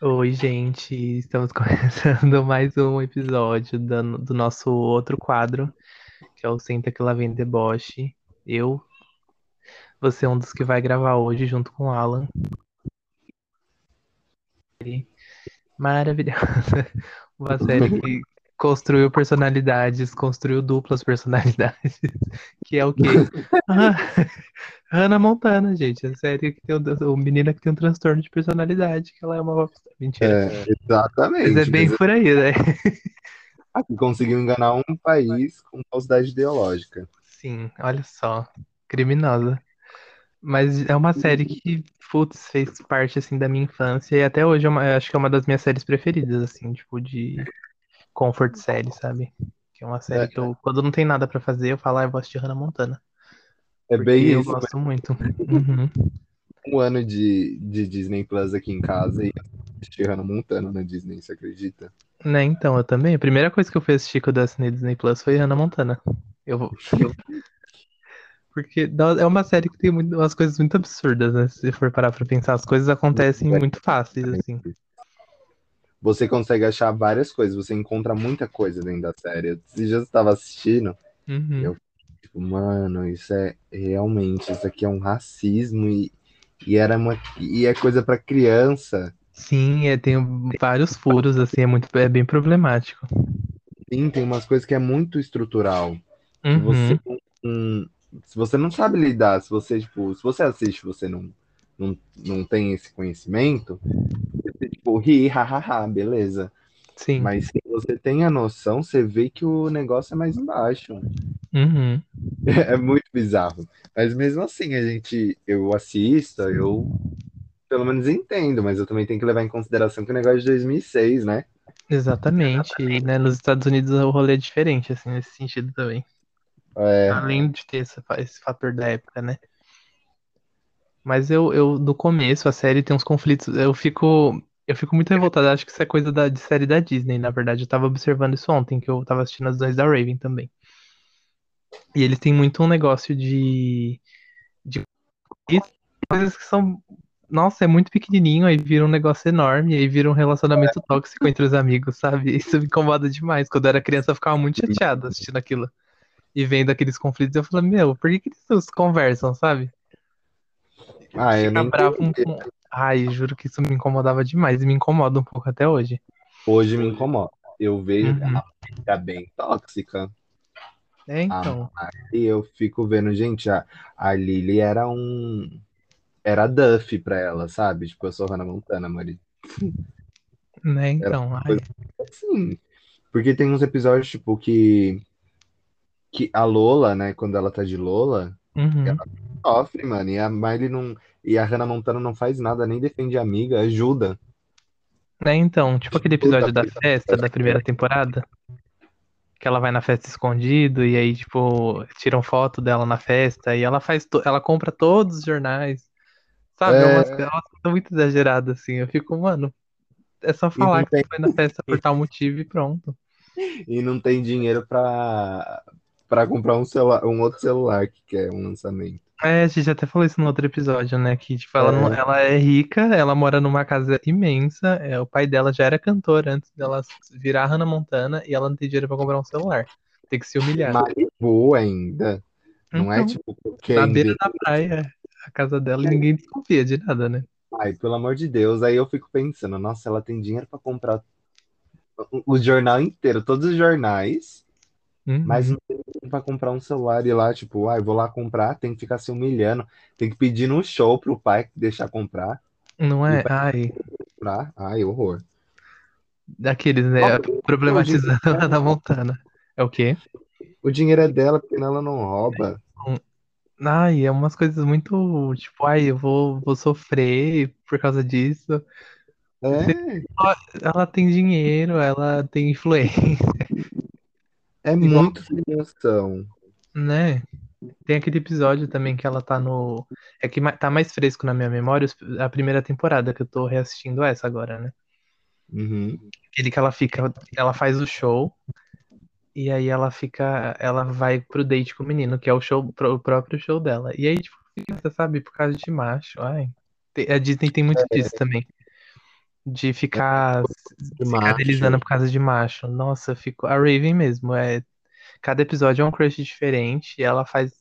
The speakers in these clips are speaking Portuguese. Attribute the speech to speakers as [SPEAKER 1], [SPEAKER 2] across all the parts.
[SPEAKER 1] Oi, gente, estamos começando mais um episódio da- do nosso outro quadro, que é o Senta Que Lá Vem Deboche. Eu, você é um dos que vai gravar hoje junto com o Alan. Maravilhosa. Uma série que construiu personalidades, construiu duplas personalidades, que é o quê? Ah, Hannah Montana, gente, a série que tem o, o menina que tem um transtorno de personalidade, que ela é uma... Mentira.
[SPEAKER 2] É,
[SPEAKER 1] Mas é
[SPEAKER 2] exatamente.
[SPEAKER 1] bem
[SPEAKER 2] Mas
[SPEAKER 1] por aí, né?
[SPEAKER 2] aqui conseguiu enganar um país com falsidade ideológica.
[SPEAKER 1] Sim, olha só, criminosa. Mas é uma série que, putz, fez parte, assim, da minha infância e até hoje é uma- eu acho que é uma das minhas séries preferidas, assim, tipo, de comfort série, sabe? Que é uma série
[SPEAKER 2] É,
[SPEAKER 1] que eu, quando não tem nada pra fazer, eu falo, ah, eu vou assistir Hannah Montana,
[SPEAKER 2] é
[SPEAKER 1] porque
[SPEAKER 2] bem
[SPEAKER 1] eu
[SPEAKER 2] isso.
[SPEAKER 1] gosto muito. Uhum.
[SPEAKER 2] Um ano de, de Disney Plus aqui em casa e assisti Hannah Montana na Disney, você acredita?
[SPEAKER 1] Né, então, eu também. A primeira coisa que eu fui assistir quando eu assinei Disney Plus foi Hannah Montana. Eu vou... eu- Porque dá- é uma série que tem muito- umas coisas muito absurdas, né? Se for parar pra pensar, as coisas acontecem muito fáceis, assim.
[SPEAKER 2] Você consegue achar várias coisas, você encontra muita coisa dentro da série. Se já estava assistindo,
[SPEAKER 1] Uhum.
[SPEAKER 2] eu tipo, mano, isso é realmente, isso aqui é um racismo e, e era uma e é coisa pra criança.
[SPEAKER 1] Sim, é, tem vários furos, assim, é muito, é bem problemático.
[SPEAKER 2] Sim, tem umas coisas que é muito estrutural. que você
[SPEAKER 1] Uhum,
[SPEAKER 2] não, não- se você não sabe lidar, se você, tipo, se você assiste, você não, não, não tem esse conhecimento, você, tipo, ri, hahaha, beleza.
[SPEAKER 1] sim.
[SPEAKER 2] Mas se você tem a noção, você vê que o negócio é mais embaixo.
[SPEAKER 1] Uhum.
[SPEAKER 2] É muito bizarro. Mas mesmo assim, a gente, eu assisto, eu pelo menos entendo, mas eu também tenho que levar em consideração que o negócio é de 2006, né?
[SPEAKER 1] Exatamente. E, né, nos Estados Unidos o rolê é diferente, assim, nesse sentido também.
[SPEAKER 2] É,
[SPEAKER 1] Além de ter esse, fa- esse fator da época, né? Mas eu, eu, no começo, a série tem uns conflitos. Eu fico, eu fico muito revoltado. Acho que isso é coisa da, de série da Disney, na verdade. Eu tava observando isso ontem, que eu tava assistindo as duas da Raven também. E eles têm muito um negócio de, de E coisas que são. Nossa, é muito pequenininho, aí vira um negócio enorme, aí vira um relacionamento tóxico entre os amigos, sabe? Isso me incomoda demais. Quando eu era criança, eu ficava muito chateado assistindo aquilo e vendo aqueles conflitos. Eu falei, meu, por que que eles não se conversam, sabe?
[SPEAKER 2] ah, eu
[SPEAKER 1] Ficar
[SPEAKER 2] nem
[SPEAKER 1] bravo um
[SPEAKER 2] entendi.
[SPEAKER 1] com. Ai, juro que isso me incomodava demais e me incomoda um pouco até hoje.
[SPEAKER 2] Hoje me incomoda. Eu vejo que
[SPEAKER 1] Uhum.
[SPEAKER 2] a tá bem tóxica.
[SPEAKER 1] É,
[SPEAKER 2] A
[SPEAKER 1] então.
[SPEAKER 2] E eu fico vendo, gente, a, a Lily era um. Era Duff pra ela, sabe? Tipo, eu sou Hannah Montana, Mari.
[SPEAKER 1] Né,
[SPEAKER 2] Era
[SPEAKER 1] então.
[SPEAKER 2] uma
[SPEAKER 1] Ai.
[SPEAKER 2] coisa assim. Porque tem uns episódios, tipo, que, que a Lola, né, quando ela tá de Lola, ela
[SPEAKER 1] Uhum.
[SPEAKER 2] sofre, mano. E a Miley não. E a Hannah Montana não faz nada, nem defende a amiga, ajuda.
[SPEAKER 1] Né, então. Tipo aquele
[SPEAKER 2] Ajuda,
[SPEAKER 1] episódio da festa da primeira temporada. que ela vai na festa escondido e aí tipo tiram foto dela na festa e ela faz to- ela compra todos os jornais sabe umas
[SPEAKER 2] É,
[SPEAKER 1] coisas tá muito exageradas assim eu fico mano é só
[SPEAKER 2] e
[SPEAKER 1] falar
[SPEAKER 2] não
[SPEAKER 1] que tu
[SPEAKER 2] tem,
[SPEAKER 1] foi na festa por tal motivo e pronto
[SPEAKER 2] e não tem dinheiro pra, pra comprar um, celular, um outro celular que quer um lançamento.
[SPEAKER 1] é, a gente até falou isso no outro episódio, né? Que, tipo, ela, não,
[SPEAKER 2] É,
[SPEAKER 1] ela é rica, ela mora numa casa imensa. é, o pai dela já era cantor antes dela virar Hannah Montana e ela não tem dinheiro pra comprar um celular. Tem que se humilhar.
[SPEAKER 2] Malibu ainda. Não é
[SPEAKER 1] Então,
[SPEAKER 2] tipo
[SPEAKER 1] na
[SPEAKER 2] qualquer
[SPEAKER 1] beira
[SPEAKER 2] endereço.
[SPEAKER 1] da praia, a casa dela e ninguém desconfia de nada, né?
[SPEAKER 2] Ai, pelo amor de Deus. Aí eu fico pensando, nossa, ela tem dinheiro pra comprar o o jornal inteiro, todos os jornais, mas
[SPEAKER 1] Uhum.
[SPEAKER 2] não tem dinheiro pra comprar um celular e lá, tipo, ai, vou lá comprar, tem que ficar se humilhando, tem que pedir no show pro pai deixar comprar,
[SPEAKER 1] Não
[SPEAKER 2] e o
[SPEAKER 1] é? Ai,
[SPEAKER 2] pai comprar. Ai, horror.
[SPEAKER 1] daqueles, né?
[SPEAKER 2] Nossa, não, o dinheiro
[SPEAKER 1] Problematizando
[SPEAKER 2] é
[SPEAKER 1] a Hannah
[SPEAKER 2] dela.
[SPEAKER 1] Montana. É o quê?
[SPEAKER 2] O dinheiro é dela, porque ela não rouba.
[SPEAKER 1] Um- Ai, é umas coisas muito, tipo, ai, eu vou, vou sofrer por causa disso. Você-
[SPEAKER 2] É,
[SPEAKER 1] ó, Ela tem dinheiro, ela tem influência.
[SPEAKER 2] é
[SPEAKER 1] Igual,
[SPEAKER 2] muito sem noção.
[SPEAKER 1] né? Tem aquele episódio também que ela tá no. É que ma- tá mais fresco na minha memória os- a primeira temporada, que eu tô reassistindo essa agora, né?
[SPEAKER 2] Uhum.
[SPEAKER 1] Aquele que ela fica. Ela faz o show. E aí ela fica, ela vai pro date com o menino, que é o show, pro- o próprio show dela. E aí, tipo, fica, sabe, por causa de macho. Ai. Te- A Disney tem muito disso também. De ficar,
[SPEAKER 2] É.
[SPEAKER 1] ficar
[SPEAKER 2] De macho.
[SPEAKER 1] delizando por causa de macho. Nossa, ficou. A Raven mesmo, é. Cada episódio é um crush diferente e ela faz.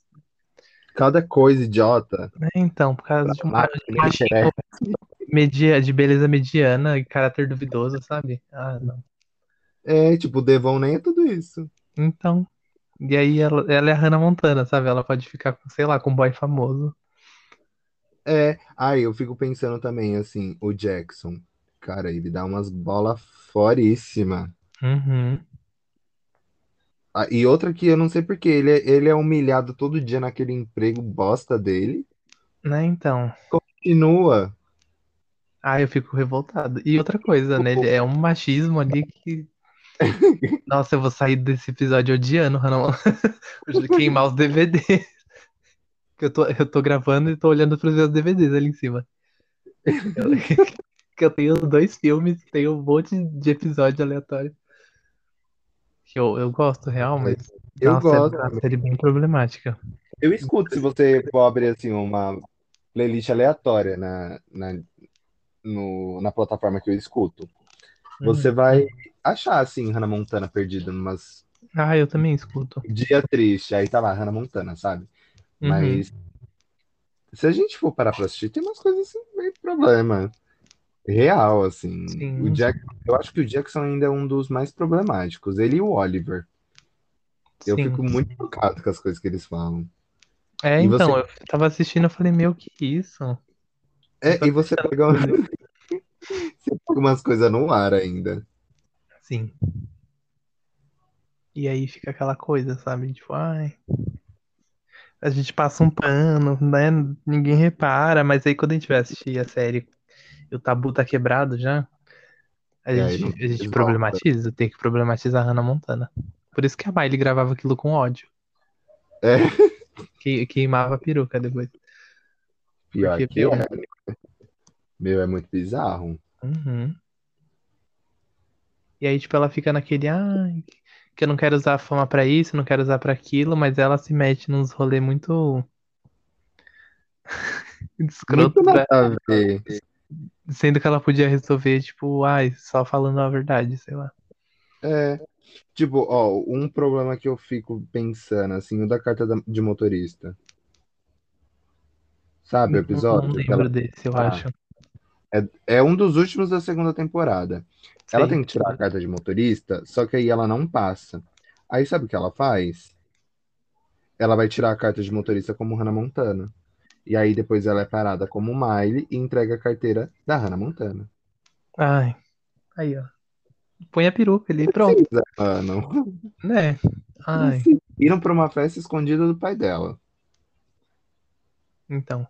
[SPEAKER 2] Cada coisa idiota.
[SPEAKER 1] né, Então, por causa de uma
[SPEAKER 2] Macho, que nem xereca.
[SPEAKER 1] media, de beleza mediana e caráter duvidoso, sabe? Ah, não.
[SPEAKER 2] É, tipo, o Devon nem é tudo isso.
[SPEAKER 1] Então. E aí ela, ela é a Hannah Montana, sabe? Ela pode ficar com, sei lá, com um boy famoso.
[SPEAKER 2] É, aí eu fico pensando também, assim, o Jackson. Cara, ele dá umas bolas foríssima.
[SPEAKER 1] Uhum.
[SPEAKER 2] Ah, e outra que eu não sei porquê, ele, é- ele é humilhado todo dia naquele emprego bosta dele.
[SPEAKER 1] Né, então.
[SPEAKER 2] Continua.
[SPEAKER 1] Ah, eu fico revoltado. E outra coisa, né? ele É um machismo ali que. Nossa, eu vou sair desse episódio odiando, Ronaldo. Queimar os DVDs. Que eu tô, eu tô gravando e tô olhando pros meus DVDs ali em cima. Eu- que eu tenho dois filmes, tenho um monte de episódio aleatório. Que eu, eu gosto, real, mas.
[SPEAKER 2] Eu
[SPEAKER 1] nossa,
[SPEAKER 2] gosto.
[SPEAKER 1] é uma série bem problemática.
[SPEAKER 2] Eu escuto se você for abrir assim uma playlist aleatória na, na, no- na plataforma que eu escuto.
[SPEAKER 1] Uhum.
[SPEAKER 2] Você vai achar assim Hannah Montana perdida numas
[SPEAKER 1] Ah, eu também escuto.
[SPEAKER 2] dia triste, aí tá lá Hannah Montana, sabe?
[SPEAKER 1] Uhum.
[SPEAKER 2] Mas se a gente for parar pra assistir, tem umas coisas assim meio problema. Real, assim.
[SPEAKER 1] Sim.
[SPEAKER 2] O Jack, eu acho que o Jackson ainda é um dos mais problemáticos. Ele e o Oliver. Eu
[SPEAKER 1] Sim.
[SPEAKER 2] fico muito chocado com as coisas que eles falam.
[SPEAKER 1] É,
[SPEAKER 2] E você-
[SPEAKER 1] então, eu tava assistindo, eu falei, meu, que isso?
[SPEAKER 2] É, e você pega, um- você pega umas coisas no ar ainda.
[SPEAKER 1] Sim. E aí fica aquela coisa, sabe? Tipo, ai. A gente passa um pano, né? Ninguém repara, mas aí quando a gente vai assistir a série e o tabu tá quebrado já, a
[SPEAKER 2] E aí
[SPEAKER 1] gente,
[SPEAKER 2] não-
[SPEAKER 1] a gente
[SPEAKER 2] exalta.
[SPEAKER 1] problematiza, tem que problematizar a Hannah Montana. Por isso que a Miley gravava aquilo com ódio.
[SPEAKER 2] É.
[SPEAKER 1] Que, queimava a peruca depois.
[SPEAKER 2] Pior
[SPEAKER 1] Porque,
[SPEAKER 2] que
[SPEAKER 1] meu-
[SPEAKER 2] é. Meu, é muito bizarro.
[SPEAKER 1] Uhum. E aí, tipo, ela fica naquele, ai, que eu não quero usar a fama pra isso, não quero usar pra aquilo, mas ela se mete nos rolê muito escroto,
[SPEAKER 2] Muito
[SPEAKER 1] pra-
[SPEAKER 2] nada a ver.
[SPEAKER 1] né? sendo que ela podia resolver, tipo, ai, só falando a verdade, sei lá.
[SPEAKER 2] É, tipo, ó, um problema que eu fico pensando, assim, o da carta da- de motorista. Sabe o
[SPEAKER 1] Não,
[SPEAKER 2] episódio?
[SPEAKER 1] não
[SPEAKER 2] que
[SPEAKER 1] lembro
[SPEAKER 2] ela-
[SPEAKER 1] desse, eu
[SPEAKER 2] Ah,
[SPEAKER 1] acho.
[SPEAKER 2] é um dos últimos da segunda temporada. Ela
[SPEAKER 1] Sei.
[SPEAKER 2] tem que tirar a carta de motorista, só que aí ela não passa. Aí sabe o que ela faz? Ela vai tirar a carta de motorista como Hannah Montana. E aí depois ela é parada como Miley e entrega a carteira da Hannah Montana.
[SPEAKER 1] Ai, aí, ó. Põe a peruca ali, pronto,
[SPEAKER 2] Precisa, mano.
[SPEAKER 1] né? Ai,
[SPEAKER 2] Iram pra uma festa escondida do pai dela.
[SPEAKER 1] então.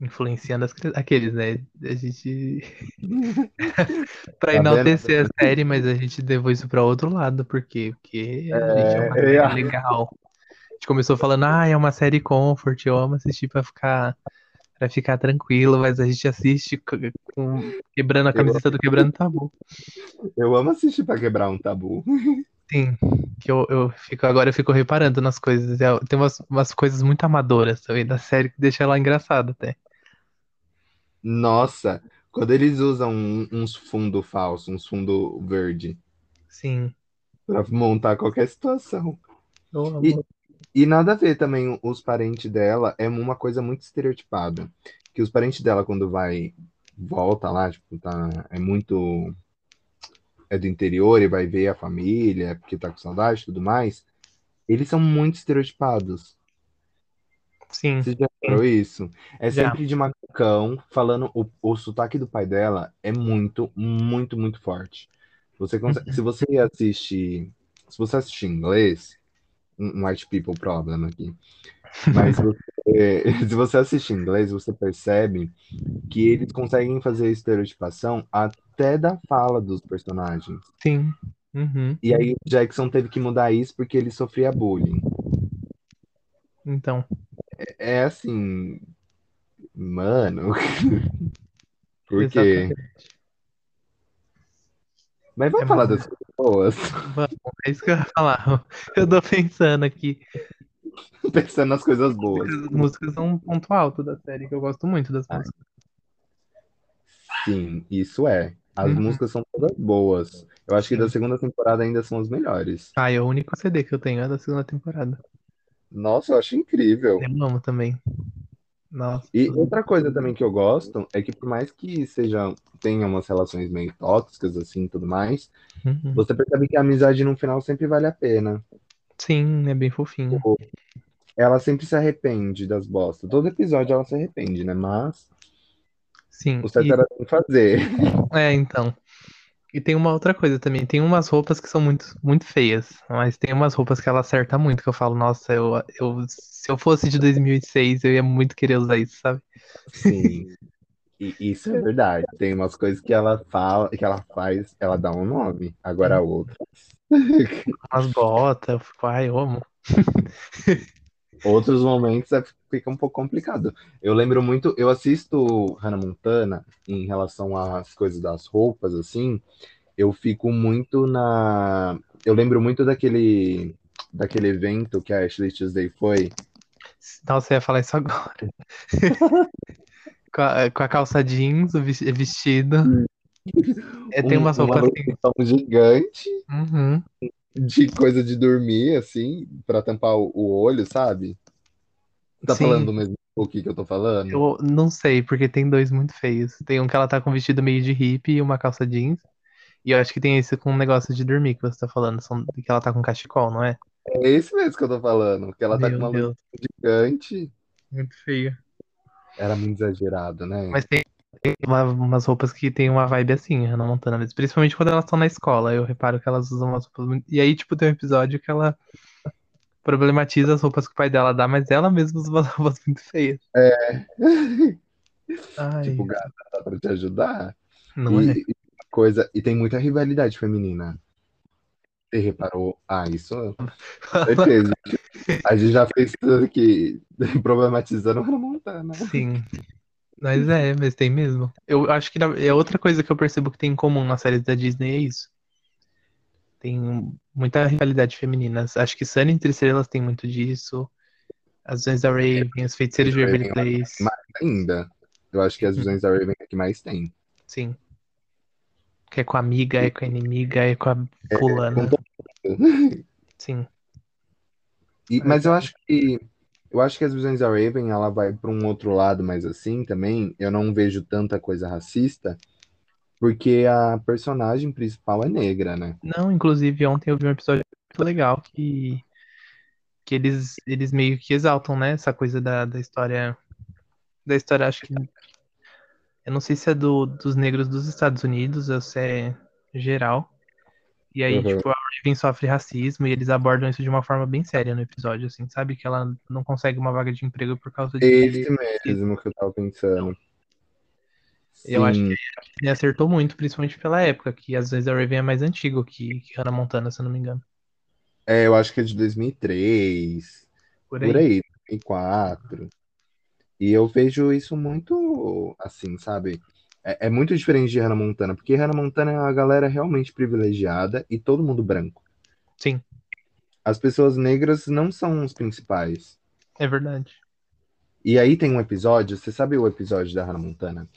[SPEAKER 1] Influenciando as crianças. Aqueles, né? A gente. Pra
[SPEAKER 2] Tá vendo?
[SPEAKER 1] enaltecer a série, mas a gente levou isso pra outro lado, porque, porque a gente é uma
[SPEAKER 2] É,
[SPEAKER 1] série
[SPEAKER 2] é.
[SPEAKER 1] legal. A gente começou falando, ah, é uma série comfort, eu amo assistir pra ficar, pra ficar tranquilo, mas a gente assiste c- com- quebrando a camiseta do Quebrando Tabu.
[SPEAKER 2] Eu amo assistir pra quebrar um tabu.
[SPEAKER 1] Sim, que eu, eu fico, agora eu fico reparando nas coisas. é, Tem umas, umas coisas muito amadoras também da série que deixa ela engraçada até.
[SPEAKER 2] Nossa, quando eles usam um- uns fundo falso, uns fundo verde,
[SPEAKER 1] Sim,
[SPEAKER 2] pra montar qualquer situação.
[SPEAKER 1] eu amo.
[SPEAKER 2] E- E nada a ver também os parentes dela, é uma coisa muito estereotipada. Que os parentes dela, quando vai, volta lá, tipo, tá, é muito. É do interior e vai ver a família, porque tá com saudade e tudo mais. Eles são muito estereotipados.
[SPEAKER 1] Sim,
[SPEAKER 2] Você já reparou isso? É
[SPEAKER 1] Já.
[SPEAKER 2] sempre de macacão, falando o, o sotaque do pai dela é muito, muito, muito forte. Você consegue,
[SPEAKER 1] Uhum.
[SPEAKER 2] se você assiste, se você assistir em inglês, um, um white people problem aqui. Mas você- se você assistir em inglês, você percebe que eles conseguem fazer estereotipação até da fala dos personagens.
[SPEAKER 1] sim. Uhum.
[SPEAKER 2] E aí o Jackson teve que mudar isso porque ele sofria bullying.
[SPEAKER 1] Então.
[SPEAKER 2] É assim, mano. Por quê?
[SPEAKER 1] Exatamente.
[SPEAKER 2] Mas vamos
[SPEAKER 1] É
[SPEAKER 2] falar
[SPEAKER 1] muito-
[SPEAKER 2] das coisas boas.
[SPEAKER 1] Vamos, é isso que eu ia falar. Eu tô pensando aqui.
[SPEAKER 2] Pensando nas coisas boas. Ah,
[SPEAKER 1] As músicas são um ponto alto da série, que eu gosto muito das músicas.
[SPEAKER 2] Sim, isso é. As
[SPEAKER 1] Uhum.
[SPEAKER 2] músicas são todas boas. Eu acho que da
[SPEAKER 1] Sim.
[SPEAKER 2] segunda temporada ainda são as melhores.
[SPEAKER 1] Ah, é o único CD que eu tenho é da segunda temporada.
[SPEAKER 2] Nossa, eu acho incrível.
[SPEAKER 1] Eu amo também. Nossa.
[SPEAKER 2] E outra coisa também que eu gosto é que por mais que seja, tenha umas relações meio tóxicas assim, e tudo mais,
[SPEAKER 1] Uhum.
[SPEAKER 2] você percebe que a amizade no final sempre vale a pena.
[SPEAKER 1] Sim, é bem fofinho.
[SPEAKER 2] Tipo, Ela sempre se arrepende das bostas. Todo episódio ela se arrepende, né? Mas
[SPEAKER 1] Sim.
[SPEAKER 2] o
[SPEAKER 1] E
[SPEAKER 2] certo era não fazer.
[SPEAKER 1] é, então. E tem uma outra coisa também. Tem umas roupas que são muito, muito feias, mas tem umas roupas que ela acerta muito, que eu falo, nossa, eu, eu, se eu fosse de 2006, eu ia muito querer usar isso, sabe?
[SPEAKER 2] Sim, e isso é verdade. Tem umas coisas que ela fala, que ela faz, ela dá um nome. Agora a outra.
[SPEAKER 1] Umas botas, eu fico, ai, eu amo.
[SPEAKER 2] Outros momentos é- fica um pouco complicado. Eu lembro muito, eu assisto Hannah Montana em relação às coisas das roupas, assim, eu fico muito na. Eu lembro muito daquele, daquele evento que a Ashley Tisdale foi.
[SPEAKER 1] Nossa, eu ia falar isso agora. Com a, com a calça jeans, o ves- vestido. É, tem
[SPEAKER 2] Hum. Um-
[SPEAKER 1] umas
[SPEAKER 2] uma
[SPEAKER 1] roupas assim.
[SPEAKER 2] produção gigante
[SPEAKER 1] Uhum.
[SPEAKER 2] de coisa de dormir, assim, pra tampar o, o olho, sabe? Tá falando
[SPEAKER 1] Sim,
[SPEAKER 2] do mesmo look que eu tô falando?
[SPEAKER 1] eu não sei, porque tem dois muito feios. Tem um que ela tá com um vestido meio de hippie e uma calça jeans. E eu acho que tem esse com um negócio de dormir que você tá falando, são- que ela tá com cachecol, não é?
[SPEAKER 2] É esse mesmo que eu tô falando, que ela tá com
[SPEAKER 1] Meu
[SPEAKER 2] uma luz
[SPEAKER 1] Deus,
[SPEAKER 2] gigante.
[SPEAKER 1] muito feio.
[SPEAKER 2] Era muito exagerado, né?
[SPEAKER 1] Mas tem uma- umas roupas que tem uma vibe assim, Hannah Montana mesmo. Principalmente quando elas estão na escola, eu reparo que elas usam umas roupas muito... E aí, tipo, tem um episódio que ela problematiza as roupas que o pai dela dá, mas ela mesma usa umas roupas muito feias.
[SPEAKER 2] Tipo,
[SPEAKER 1] Ai,
[SPEAKER 2] gata, tá pra te ajudar.
[SPEAKER 1] é. não é?
[SPEAKER 2] E, e coisa, e tem muita rivalidade feminina. Você reparou? Ah, isso, certeza. A gente já fez tudo aqui, problematizando tá, Hannah Montana.
[SPEAKER 1] Sim. Mas é, mas tem mesmo. Eu acho que na- é outra coisa que eu percebo que tem em comum nas séries da Disney é isso. Tem um, muita rivalidade feminina. Acho que Sunny entre Estrelas tem muito disso. As Visões da É, Raven, é As Feiticeiras de Waverly Place.
[SPEAKER 2] Mais ainda. Eu acho que as visões da Raven é que mais tem.
[SPEAKER 1] Sim. Que é com a amiga, é com a inimiga, é com a
[SPEAKER 2] Com
[SPEAKER 1] fulana.
[SPEAKER 2] todo mundo.
[SPEAKER 1] Sim.
[SPEAKER 2] E-
[SPEAKER 1] Mas
[SPEAKER 2] mas eu acho que eu acho que as visões da Raven ela vai para um outro lado, mas assim também eu não vejo tanta coisa racista, porque a personagem principal é negra, né?
[SPEAKER 1] Não, inclusive ontem eu vi um episódio muito legal que, que eles, eles meio que exaltam, né? Essa coisa da, da história. Da história, acho que. Eu não sei se é do, dos negros dos Estados Unidos ou se é geral. E aí,
[SPEAKER 2] Uhum.
[SPEAKER 1] tipo, a Raven sofre racismo e eles abordam isso de uma forma bem séria no episódio, assim, sabe? Que ela não consegue uma vaga de emprego por causa é de.
[SPEAKER 2] Esse
[SPEAKER 1] racismo.
[SPEAKER 2] mesmo que eu tava pensando.
[SPEAKER 1] Eu acho
[SPEAKER 2] Sim,
[SPEAKER 1] Ele acertou muito, principalmente pela época, que às vezes a Raven é mais antigo que, que Hannah Montana, se eu não me engano.
[SPEAKER 2] é, eu acho que é de 2003,
[SPEAKER 1] Por
[SPEAKER 2] por
[SPEAKER 1] aí.
[SPEAKER 2] aí, 2004. E eu vejo isso muito assim, sabe? É, é muito diferente de Hannah Montana, porque Hannah Montana é uma galera realmente privilegiada e todo mundo branco.
[SPEAKER 1] Sim,
[SPEAKER 2] As pessoas negras não são os principais.
[SPEAKER 1] é verdade.
[SPEAKER 2] E aí tem um episódio, você sabe o episódio da Hannah Montana?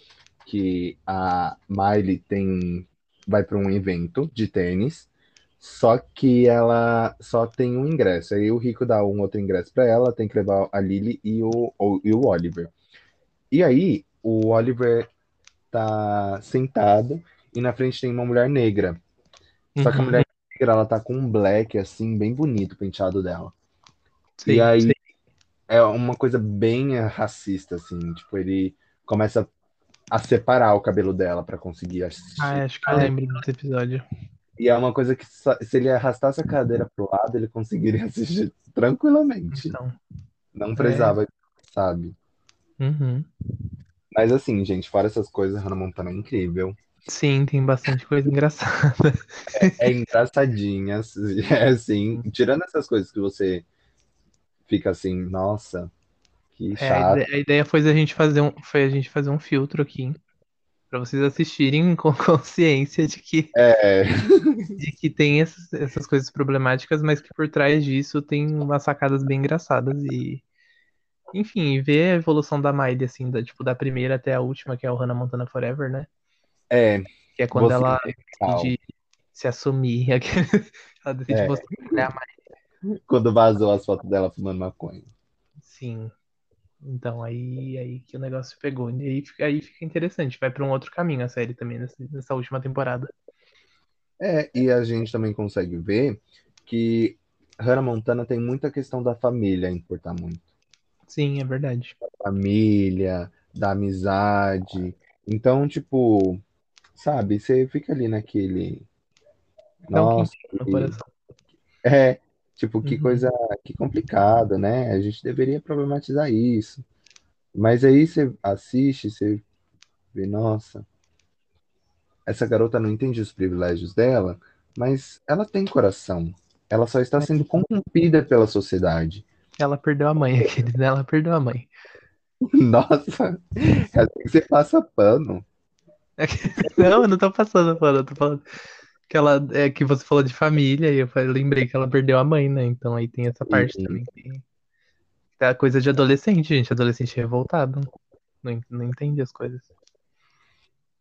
[SPEAKER 2] Que a Miley tem, vai para um evento de tênis, só que ela só tem um ingresso. Aí o Rico dá um outro ingresso para ela, tem que levar a Lily e o, o- e o Oliver. E aí o Oliver tá sentado e na frente tem uma mulher negra. Só que a
[SPEAKER 1] Uhum,
[SPEAKER 2] mulher negra, ela tá com um black assim, bem bonito, o penteado dela. E
[SPEAKER 1] sei.
[SPEAKER 2] aí Sim. é uma coisa bem eh, racista, assim, tipo, ele começa a separar o cabelo dela pra conseguir
[SPEAKER 1] Ah,
[SPEAKER 2] assistir.
[SPEAKER 1] acho que eu lembro desse episódio.
[SPEAKER 2] E é uma coisa que só- se ele arrastasse a cadeira pro lado, ele conseguiria assistir tranquilamente.
[SPEAKER 1] Então,
[SPEAKER 2] Não
[SPEAKER 1] é.
[SPEAKER 2] precisava, sabe?
[SPEAKER 1] Uhum.
[SPEAKER 2] Mas assim, gente, fora essas coisas, Hannah Montana é incrível.
[SPEAKER 1] Sim, tem bastante coisa engraçada.
[SPEAKER 2] É engraçadinha, é assim, tirando essas coisas que você fica assim, nossa, que
[SPEAKER 1] É, a
[SPEAKER 2] chato.
[SPEAKER 1] ide- a ideia foi a gente fazer um, foi a gente fazer um filtro aqui, pra vocês assistirem com consciência de que,
[SPEAKER 2] É,
[SPEAKER 1] de que tem essas, essas coisas problemáticas, mas que por trás disso tem umas sacadas bem engraçadas e. Enfim, ver a evolução da Miley, assim, da, tipo, da primeira até a última, que é o Hannah Montana Forever, né?
[SPEAKER 2] É,
[SPEAKER 1] Que é quando
[SPEAKER 2] você
[SPEAKER 1] ela
[SPEAKER 2] tal.
[SPEAKER 1] decide se assumir. Ela decide
[SPEAKER 2] É.
[SPEAKER 1] mostrar mostrar mais.
[SPEAKER 2] Quando vazou as fotos dela fumando maconha.
[SPEAKER 1] Sim. Então aí, aí que o negócio pegou. E aí, fica- aí fica interessante. Vai pra um outro caminho a série também nessa, nessa última temporada.
[SPEAKER 2] É, e a gente também consegue ver que Hannah Montana tem muita questão da família importar muito.
[SPEAKER 1] Sim, é verdade.
[SPEAKER 2] Família, da amizade. Então, tipo, sabe, você fica ali naquele.
[SPEAKER 1] Dá um
[SPEAKER 2] Nossa,
[SPEAKER 1] quentinho no
[SPEAKER 2] que-
[SPEAKER 1] coração.
[SPEAKER 2] é, tipo, que
[SPEAKER 1] Uhum.
[SPEAKER 2] coisa, que complicado, né? A gente deveria problematizar isso. Mas aí você assiste, você vê, nossa, essa garota não entende os privilégios dela, mas ela tem coração. Ela só está sendo corrompida pela sociedade.
[SPEAKER 1] Ela perdeu a mãe, aquele dela perdeu a mãe.
[SPEAKER 2] Nossa, é assim que você passa pano.
[SPEAKER 1] Não, eu não tô passando, pano, eu tô falando que ela é que você falou de família e eu falei- lembrei que ela perdeu a mãe, né? Então aí tem essa parte
[SPEAKER 2] Uhum.
[SPEAKER 1] também que é a coisa de adolescente, gente, adolescente revoltado. Não, en- não entende as coisas.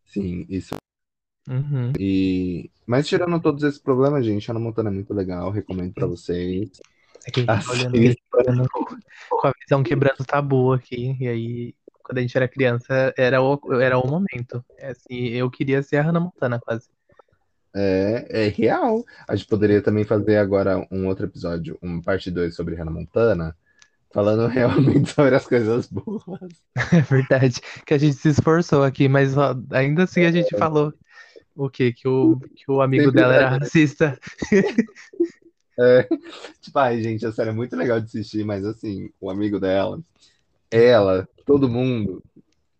[SPEAKER 2] Sim, isso.
[SPEAKER 1] Uhum.
[SPEAKER 2] E... Mas tirando todos esses problemas, gente, Hannah Montana é muito legal, recomendo pra vocês.
[SPEAKER 1] É que a gente tá olhando,
[SPEAKER 2] Assista.
[SPEAKER 1] olhando com a visão quebrando o tabu aqui. E aí, quando a gente era criança, era o, era o momento. É assim, eu queria ser a Hannah Montana, quase.
[SPEAKER 2] É, é real. A gente poderia também fazer agora um outro episódio, uma parte 2 sobre Hannah Montana, falando realmente sobre as coisas boas.
[SPEAKER 1] É verdade. Que a gente se esforçou aqui, mas ó, ainda assim a gente falou o quê? Que o, que o amigo
[SPEAKER 2] É. Sempre
[SPEAKER 1] dela era
[SPEAKER 2] vai.
[SPEAKER 1] racista.
[SPEAKER 2] Tipo, ai, gente, a série é muito legal de assistir, mas assim, o amigo dela, ela, todo mundo,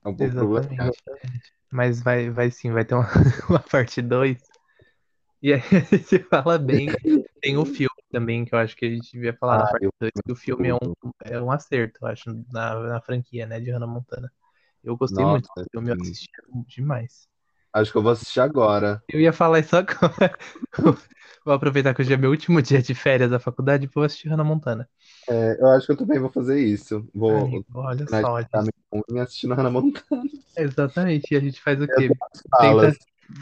[SPEAKER 2] é um pouco problemático.
[SPEAKER 1] Exatamente. Mas vai, vai sim, vai ter uma, uma parte 2. E aí a gente fala bem. Tem o filme também, que eu acho que a gente devia falar na
[SPEAKER 2] Ah,
[SPEAKER 1] parte
[SPEAKER 2] eu
[SPEAKER 1] 2, que o filme é um, é um acerto, eu acho, na, na franquia, né, de Hannah Montana. Eu gostei muito
[SPEAKER 2] Nossa,
[SPEAKER 1] do filme, eu
[SPEAKER 2] sim.
[SPEAKER 1] assisti demais.
[SPEAKER 2] Acho que eu vou assistir agora.
[SPEAKER 1] Eu ia falar isso agora. Vou aproveitar que hoje é meu último dia de férias da faculdade e vou assistir Hannah Montana.
[SPEAKER 2] É, eu acho que eu também vou fazer isso. Vou
[SPEAKER 1] Amigo, olha
[SPEAKER 2] terminar de
[SPEAKER 1] só, a
[SPEAKER 2] estar
[SPEAKER 1] gente-
[SPEAKER 2] me assistindo Hannah Montana.
[SPEAKER 1] exatamente, e a gente faz o quê?
[SPEAKER 2] Falas.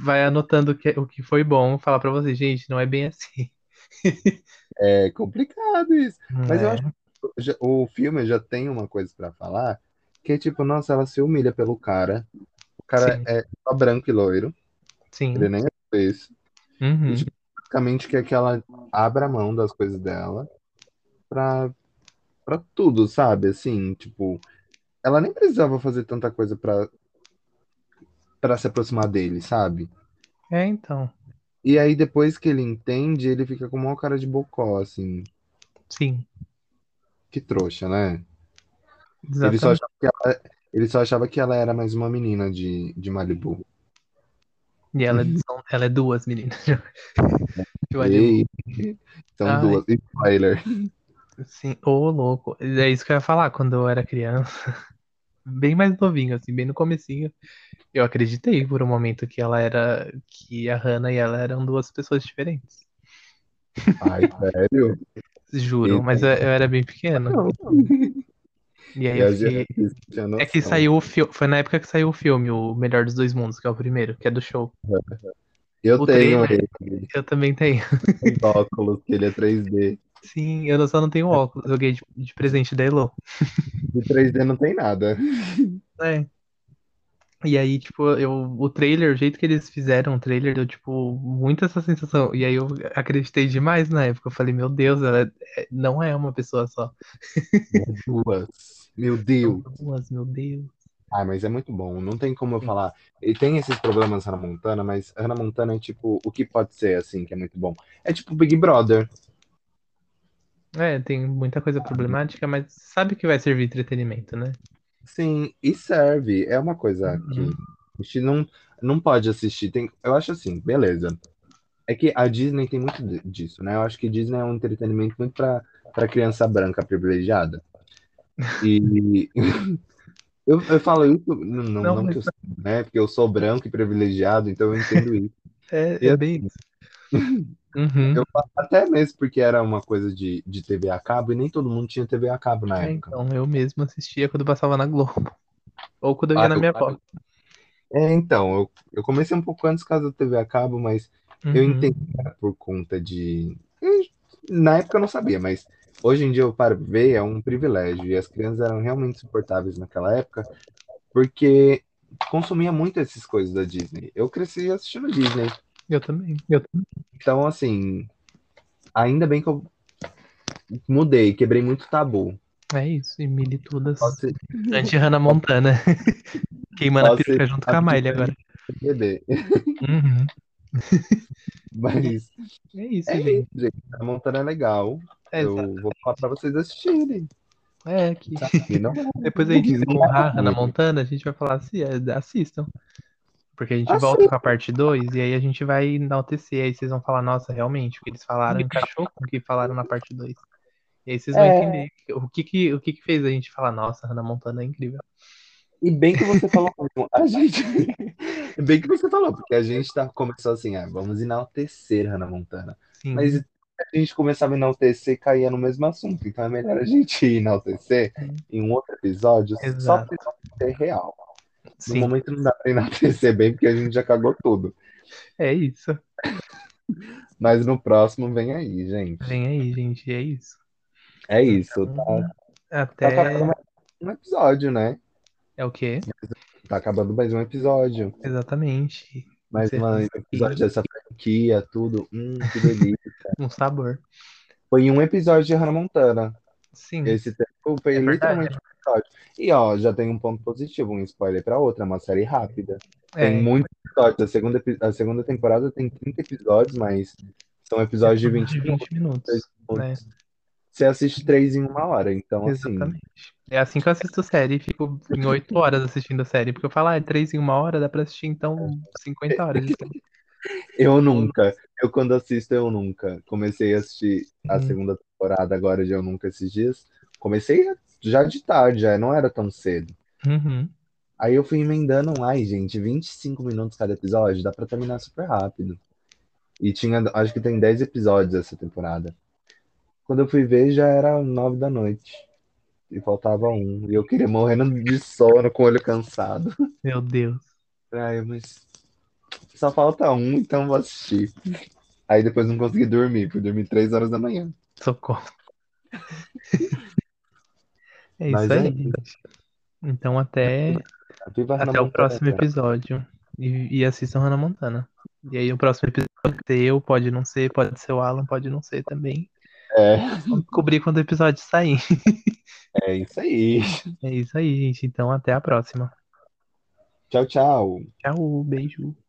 [SPEAKER 1] Vai anotando o que, o que foi bom, falar pra vocês, gente, não é bem assim.
[SPEAKER 2] É complicado isso. Mas eu
[SPEAKER 1] É.
[SPEAKER 2] acho já- o filme já tem uma coisa pra falar, que é tipo, nossa, ela se humilha pelo cara. O cara
[SPEAKER 1] Sim.
[SPEAKER 2] é só branco e loiro,
[SPEAKER 1] Sim.
[SPEAKER 2] ele nem é isso.
[SPEAKER 1] Uhum.
[SPEAKER 2] Basicamente quer que ela abra mão das coisas dela pra, pra tudo, sabe? Assim, tipo, ela nem precisava fazer tanta coisa pra, pra se aproximar dele, sabe?
[SPEAKER 1] É, então.
[SPEAKER 2] E aí depois que ele entende, ele fica com uma cara de bocó, assim,
[SPEAKER 1] Sim.
[SPEAKER 2] que trouxa, né? Ele só
[SPEAKER 1] Exatamente.
[SPEAKER 2] achava que ela, ele só achava que ela era mais uma menina de, de Malibu.
[SPEAKER 1] E ela, são, ela é duas meninas. De Malibu.
[SPEAKER 2] Ei, são
[SPEAKER 1] Ai.
[SPEAKER 2] duas. E spoiler.
[SPEAKER 1] Sim, ô louco. É isso que eu ia falar quando eu era criança. Bem mais novinho, assim, bem no comecinho. Eu acreditei por um momento que ela era. Que a Hannah e ela eram duas pessoas diferentes.
[SPEAKER 2] Ai, sério?
[SPEAKER 1] Juro,
[SPEAKER 2] Eita.
[SPEAKER 1] mas eu, eu era bem pequeno.
[SPEAKER 2] Não.
[SPEAKER 1] E aí
[SPEAKER 2] Eu
[SPEAKER 1] eu
[SPEAKER 2] já
[SPEAKER 1] fiquei.
[SPEAKER 2] fiz, tinha
[SPEAKER 1] É que
[SPEAKER 2] noção.
[SPEAKER 1] saiu o filme. Foi na época que saiu o filme, O Melhor dos Dois Mundos, que é o primeiro, que é do show.
[SPEAKER 2] Eu
[SPEAKER 1] o
[SPEAKER 2] tenho
[SPEAKER 1] trailer.
[SPEAKER 2] ele,
[SPEAKER 1] Eu também tenho.
[SPEAKER 2] os óculos, que ele é 3D.
[SPEAKER 1] Sim, eu só não tenho óculos. Eu ganhei de, de presente da Elo.
[SPEAKER 2] De 3D não tem nada.
[SPEAKER 1] É. E aí, tipo, eu, o trailer, o jeito que eles fizeram o trailer, deu, tipo, muito essa sensação. E aí eu acreditei demais na época. Eu falei, meu Deus, ela é- não é uma pessoa só.
[SPEAKER 2] Duas. Meu
[SPEAKER 1] São
[SPEAKER 2] Deus.
[SPEAKER 1] duas, meu Deus.
[SPEAKER 2] Ah, mas é muito bom. Não tem como eu
[SPEAKER 1] Sim.
[SPEAKER 2] falar. E tem esses problemas Hannah Montana, mas Hannah Montana é tipo, o que pode ser assim, que é muito bom? É tipo Big Brother.
[SPEAKER 1] É, tem muita coisa problemática, mas sabe que vai servir entretenimento, né?
[SPEAKER 2] Sim, e serve. É uma coisa que
[SPEAKER 1] Uhum.
[SPEAKER 2] a gente não, não pode assistir. Tem, eu acho assim, beleza. É que a Disney tem muito di- disso, né? Eu acho que Disney é um entretenimento muito pra, pra criança branca privilegiada. E eu, eu falo isso, não, não,
[SPEAKER 1] Não,
[SPEAKER 2] não
[SPEAKER 1] mas-
[SPEAKER 2] que eu saiba, né? Porque eu sou branco e privilegiado, então eu entendo isso.
[SPEAKER 1] É,
[SPEAKER 2] E
[SPEAKER 1] é bem isso. Uhum.
[SPEAKER 2] Eu falo até mesmo porque era uma coisa de, de TV a cabo e nem todo mundo tinha TV a cabo na
[SPEAKER 1] É,
[SPEAKER 2] época.
[SPEAKER 1] então, eu mesmo assistia quando passava na Globo. Ou quando eu ia
[SPEAKER 2] Ah,
[SPEAKER 1] na
[SPEAKER 2] eu-
[SPEAKER 1] minha avó.
[SPEAKER 2] É, então, eu, eu comecei um pouco antes, caso da TV a cabo, mas
[SPEAKER 1] Uhum.
[SPEAKER 2] eu entendi que era por conta de. Hum, Na época eu não sabia, mas hoje em dia eu paro pra ver, é um privilégio. E as crianças eram realmente suportáveis naquela época, porque consumia muito essas coisas da Disney. Eu cresci assistindo Disney.
[SPEAKER 1] Eu também. Eu também.
[SPEAKER 2] Então, assim, ainda bem que eu mudei, quebrei muito tabu.
[SPEAKER 1] É isso. E Mili todas.
[SPEAKER 2] Posso
[SPEAKER 1] Anti-Hannah Montana. né? Queimando a
[SPEAKER 2] posso
[SPEAKER 1] peruca junto com a Miley agora.
[SPEAKER 2] perder.
[SPEAKER 1] Uhum.
[SPEAKER 2] né? Mas
[SPEAKER 1] É isso,
[SPEAKER 2] é isso,
[SPEAKER 1] gente.
[SPEAKER 2] gente. A Montana é legal.
[SPEAKER 1] É,
[SPEAKER 2] Eu Tá.
[SPEAKER 1] exato.
[SPEAKER 2] vou falar pra vocês assistirem.
[SPEAKER 1] É, aqui.
[SPEAKER 2] E não
[SPEAKER 1] Depois a gente se
[SPEAKER 2] não é
[SPEAKER 1] honrar a Hannah
[SPEAKER 2] ruim.
[SPEAKER 1] Montana, a gente vai falar assim, é, assistam. Porque a gente volta
[SPEAKER 2] Assim,
[SPEAKER 1] com a parte 2 e aí a gente vai enaltecer. Aí vocês vão falar, nossa, realmente, o que eles falaram encaixou com o que falaram na parte 2. E aí vocês vão
[SPEAKER 2] é.
[SPEAKER 1] entender o que que, o que que fez a gente falar, nossa, Hannah Montana é incrível.
[SPEAKER 2] E bem que você falou mesmo. A gente. Bem que você falou, porque a gente tá, começou assim, ah, vamos enaltecer Hannah Montana.
[SPEAKER 1] Sim,
[SPEAKER 2] Mas a gente começava a enaltecer e caía no mesmo assunto. Então é melhor a gente enaltecer
[SPEAKER 1] sim,
[SPEAKER 2] em um outro episódio só pra
[SPEAKER 1] exato.
[SPEAKER 2] ser real. No
[SPEAKER 1] Sim,
[SPEAKER 2] momento não dá pra enaltecer bem, porque a gente já cagou tudo.
[SPEAKER 1] é isso.
[SPEAKER 2] Mas no próximo vem aí, gente.
[SPEAKER 1] Vem aí, gente, é isso.
[SPEAKER 2] É isso. Tá,
[SPEAKER 1] Então,
[SPEAKER 2] tá acabando
[SPEAKER 1] até.
[SPEAKER 2] mais um episódio, né?
[SPEAKER 1] É o quê?
[SPEAKER 2] Tá acabando mais um episódio.
[SPEAKER 1] Exatamente.
[SPEAKER 2] Mais uma- um
[SPEAKER 1] Encerrando
[SPEAKER 2] episódio
[SPEAKER 1] aqui
[SPEAKER 2] dessa franquia, tudo. Hum, que delícia.
[SPEAKER 1] um sabor.
[SPEAKER 2] Foi um episódio de Hannah Montana.
[SPEAKER 1] Sim,
[SPEAKER 2] Esse tempo foi
[SPEAKER 1] é verdade.
[SPEAKER 2] literalmente um episódio. E ó, já tem um ponto positivo, um spoiler pra outra, é uma série rápida. Tem
[SPEAKER 1] É,
[SPEAKER 2] muitos episódios. A segunda, epi- a segunda temporada tem 30 episódios, mas são episódios de
[SPEAKER 1] episódio de
[SPEAKER 2] 20 minutos.
[SPEAKER 1] 20 é minutos, né?
[SPEAKER 2] Você assiste três em uma hora, então assim,
[SPEAKER 1] Exatamente. É assim que eu assisto série, fico em 8 horas assistindo a série, porque eu falo, ah, é 3 em uma hora, dá pra assistir então
[SPEAKER 2] É.
[SPEAKER 1] 50 horas de série.
[SPEAKER 2] eu nunca, eu quando assisto, eu nunca. Comecei a assistir a
[SPEAKER 1] Hum,
[SPEAKER 2] segunda temporada agora de Eu Nunca esses dias. Comecei já de tarde, já não era tão cedo.
[SPEAKER 1] Uhum.
[SPEAKER 2] Aí eu fui emendando, ai, gente, 25 minutos cada episódio, dá pra terminar super rápido. E tinha, acho que tem 10 episódios essa temporada. Quando eu fui ver, já era 9 da noite. E faltava um. E eu queria morrendo de sono, com o olho cansado.
[SPEAKER 1] Meu Deus.
[SPEAKER 2] Ai, mas só falta um, então vou assistir. Aí depois não consegui dormir, fui dormir 3 horas da manhã.
[SPEAKER 1] Socorro. É
[SPEAKER 2] Mas
[SPEAKER 1] isso aí,
[SPEAKER 2] é,
[SPEAKER 1] gente. Então até,
[SPEAKER 2] viva Hannah
[SPEAKER 1] até o próximo
[SPEAKER 2] Montana.
[SPEAKER 1] episódio. E, e assistam Hannah Montana. E aí o próximo episódio pode ser eu, pode não ser, pode ser o Alan, pode não ser também.
[SPEAKER 2] É,
[SPEAKER 1] Vamos descobrir quando o episódio sair.
[SPEAKER 2] é isso aí.
[SPEAKER 1] É isso aí, gente. Então até a próxima.
[SPEAKER 2] Tchau, tchau.
[SPEAKER 1] Tchau, beijo.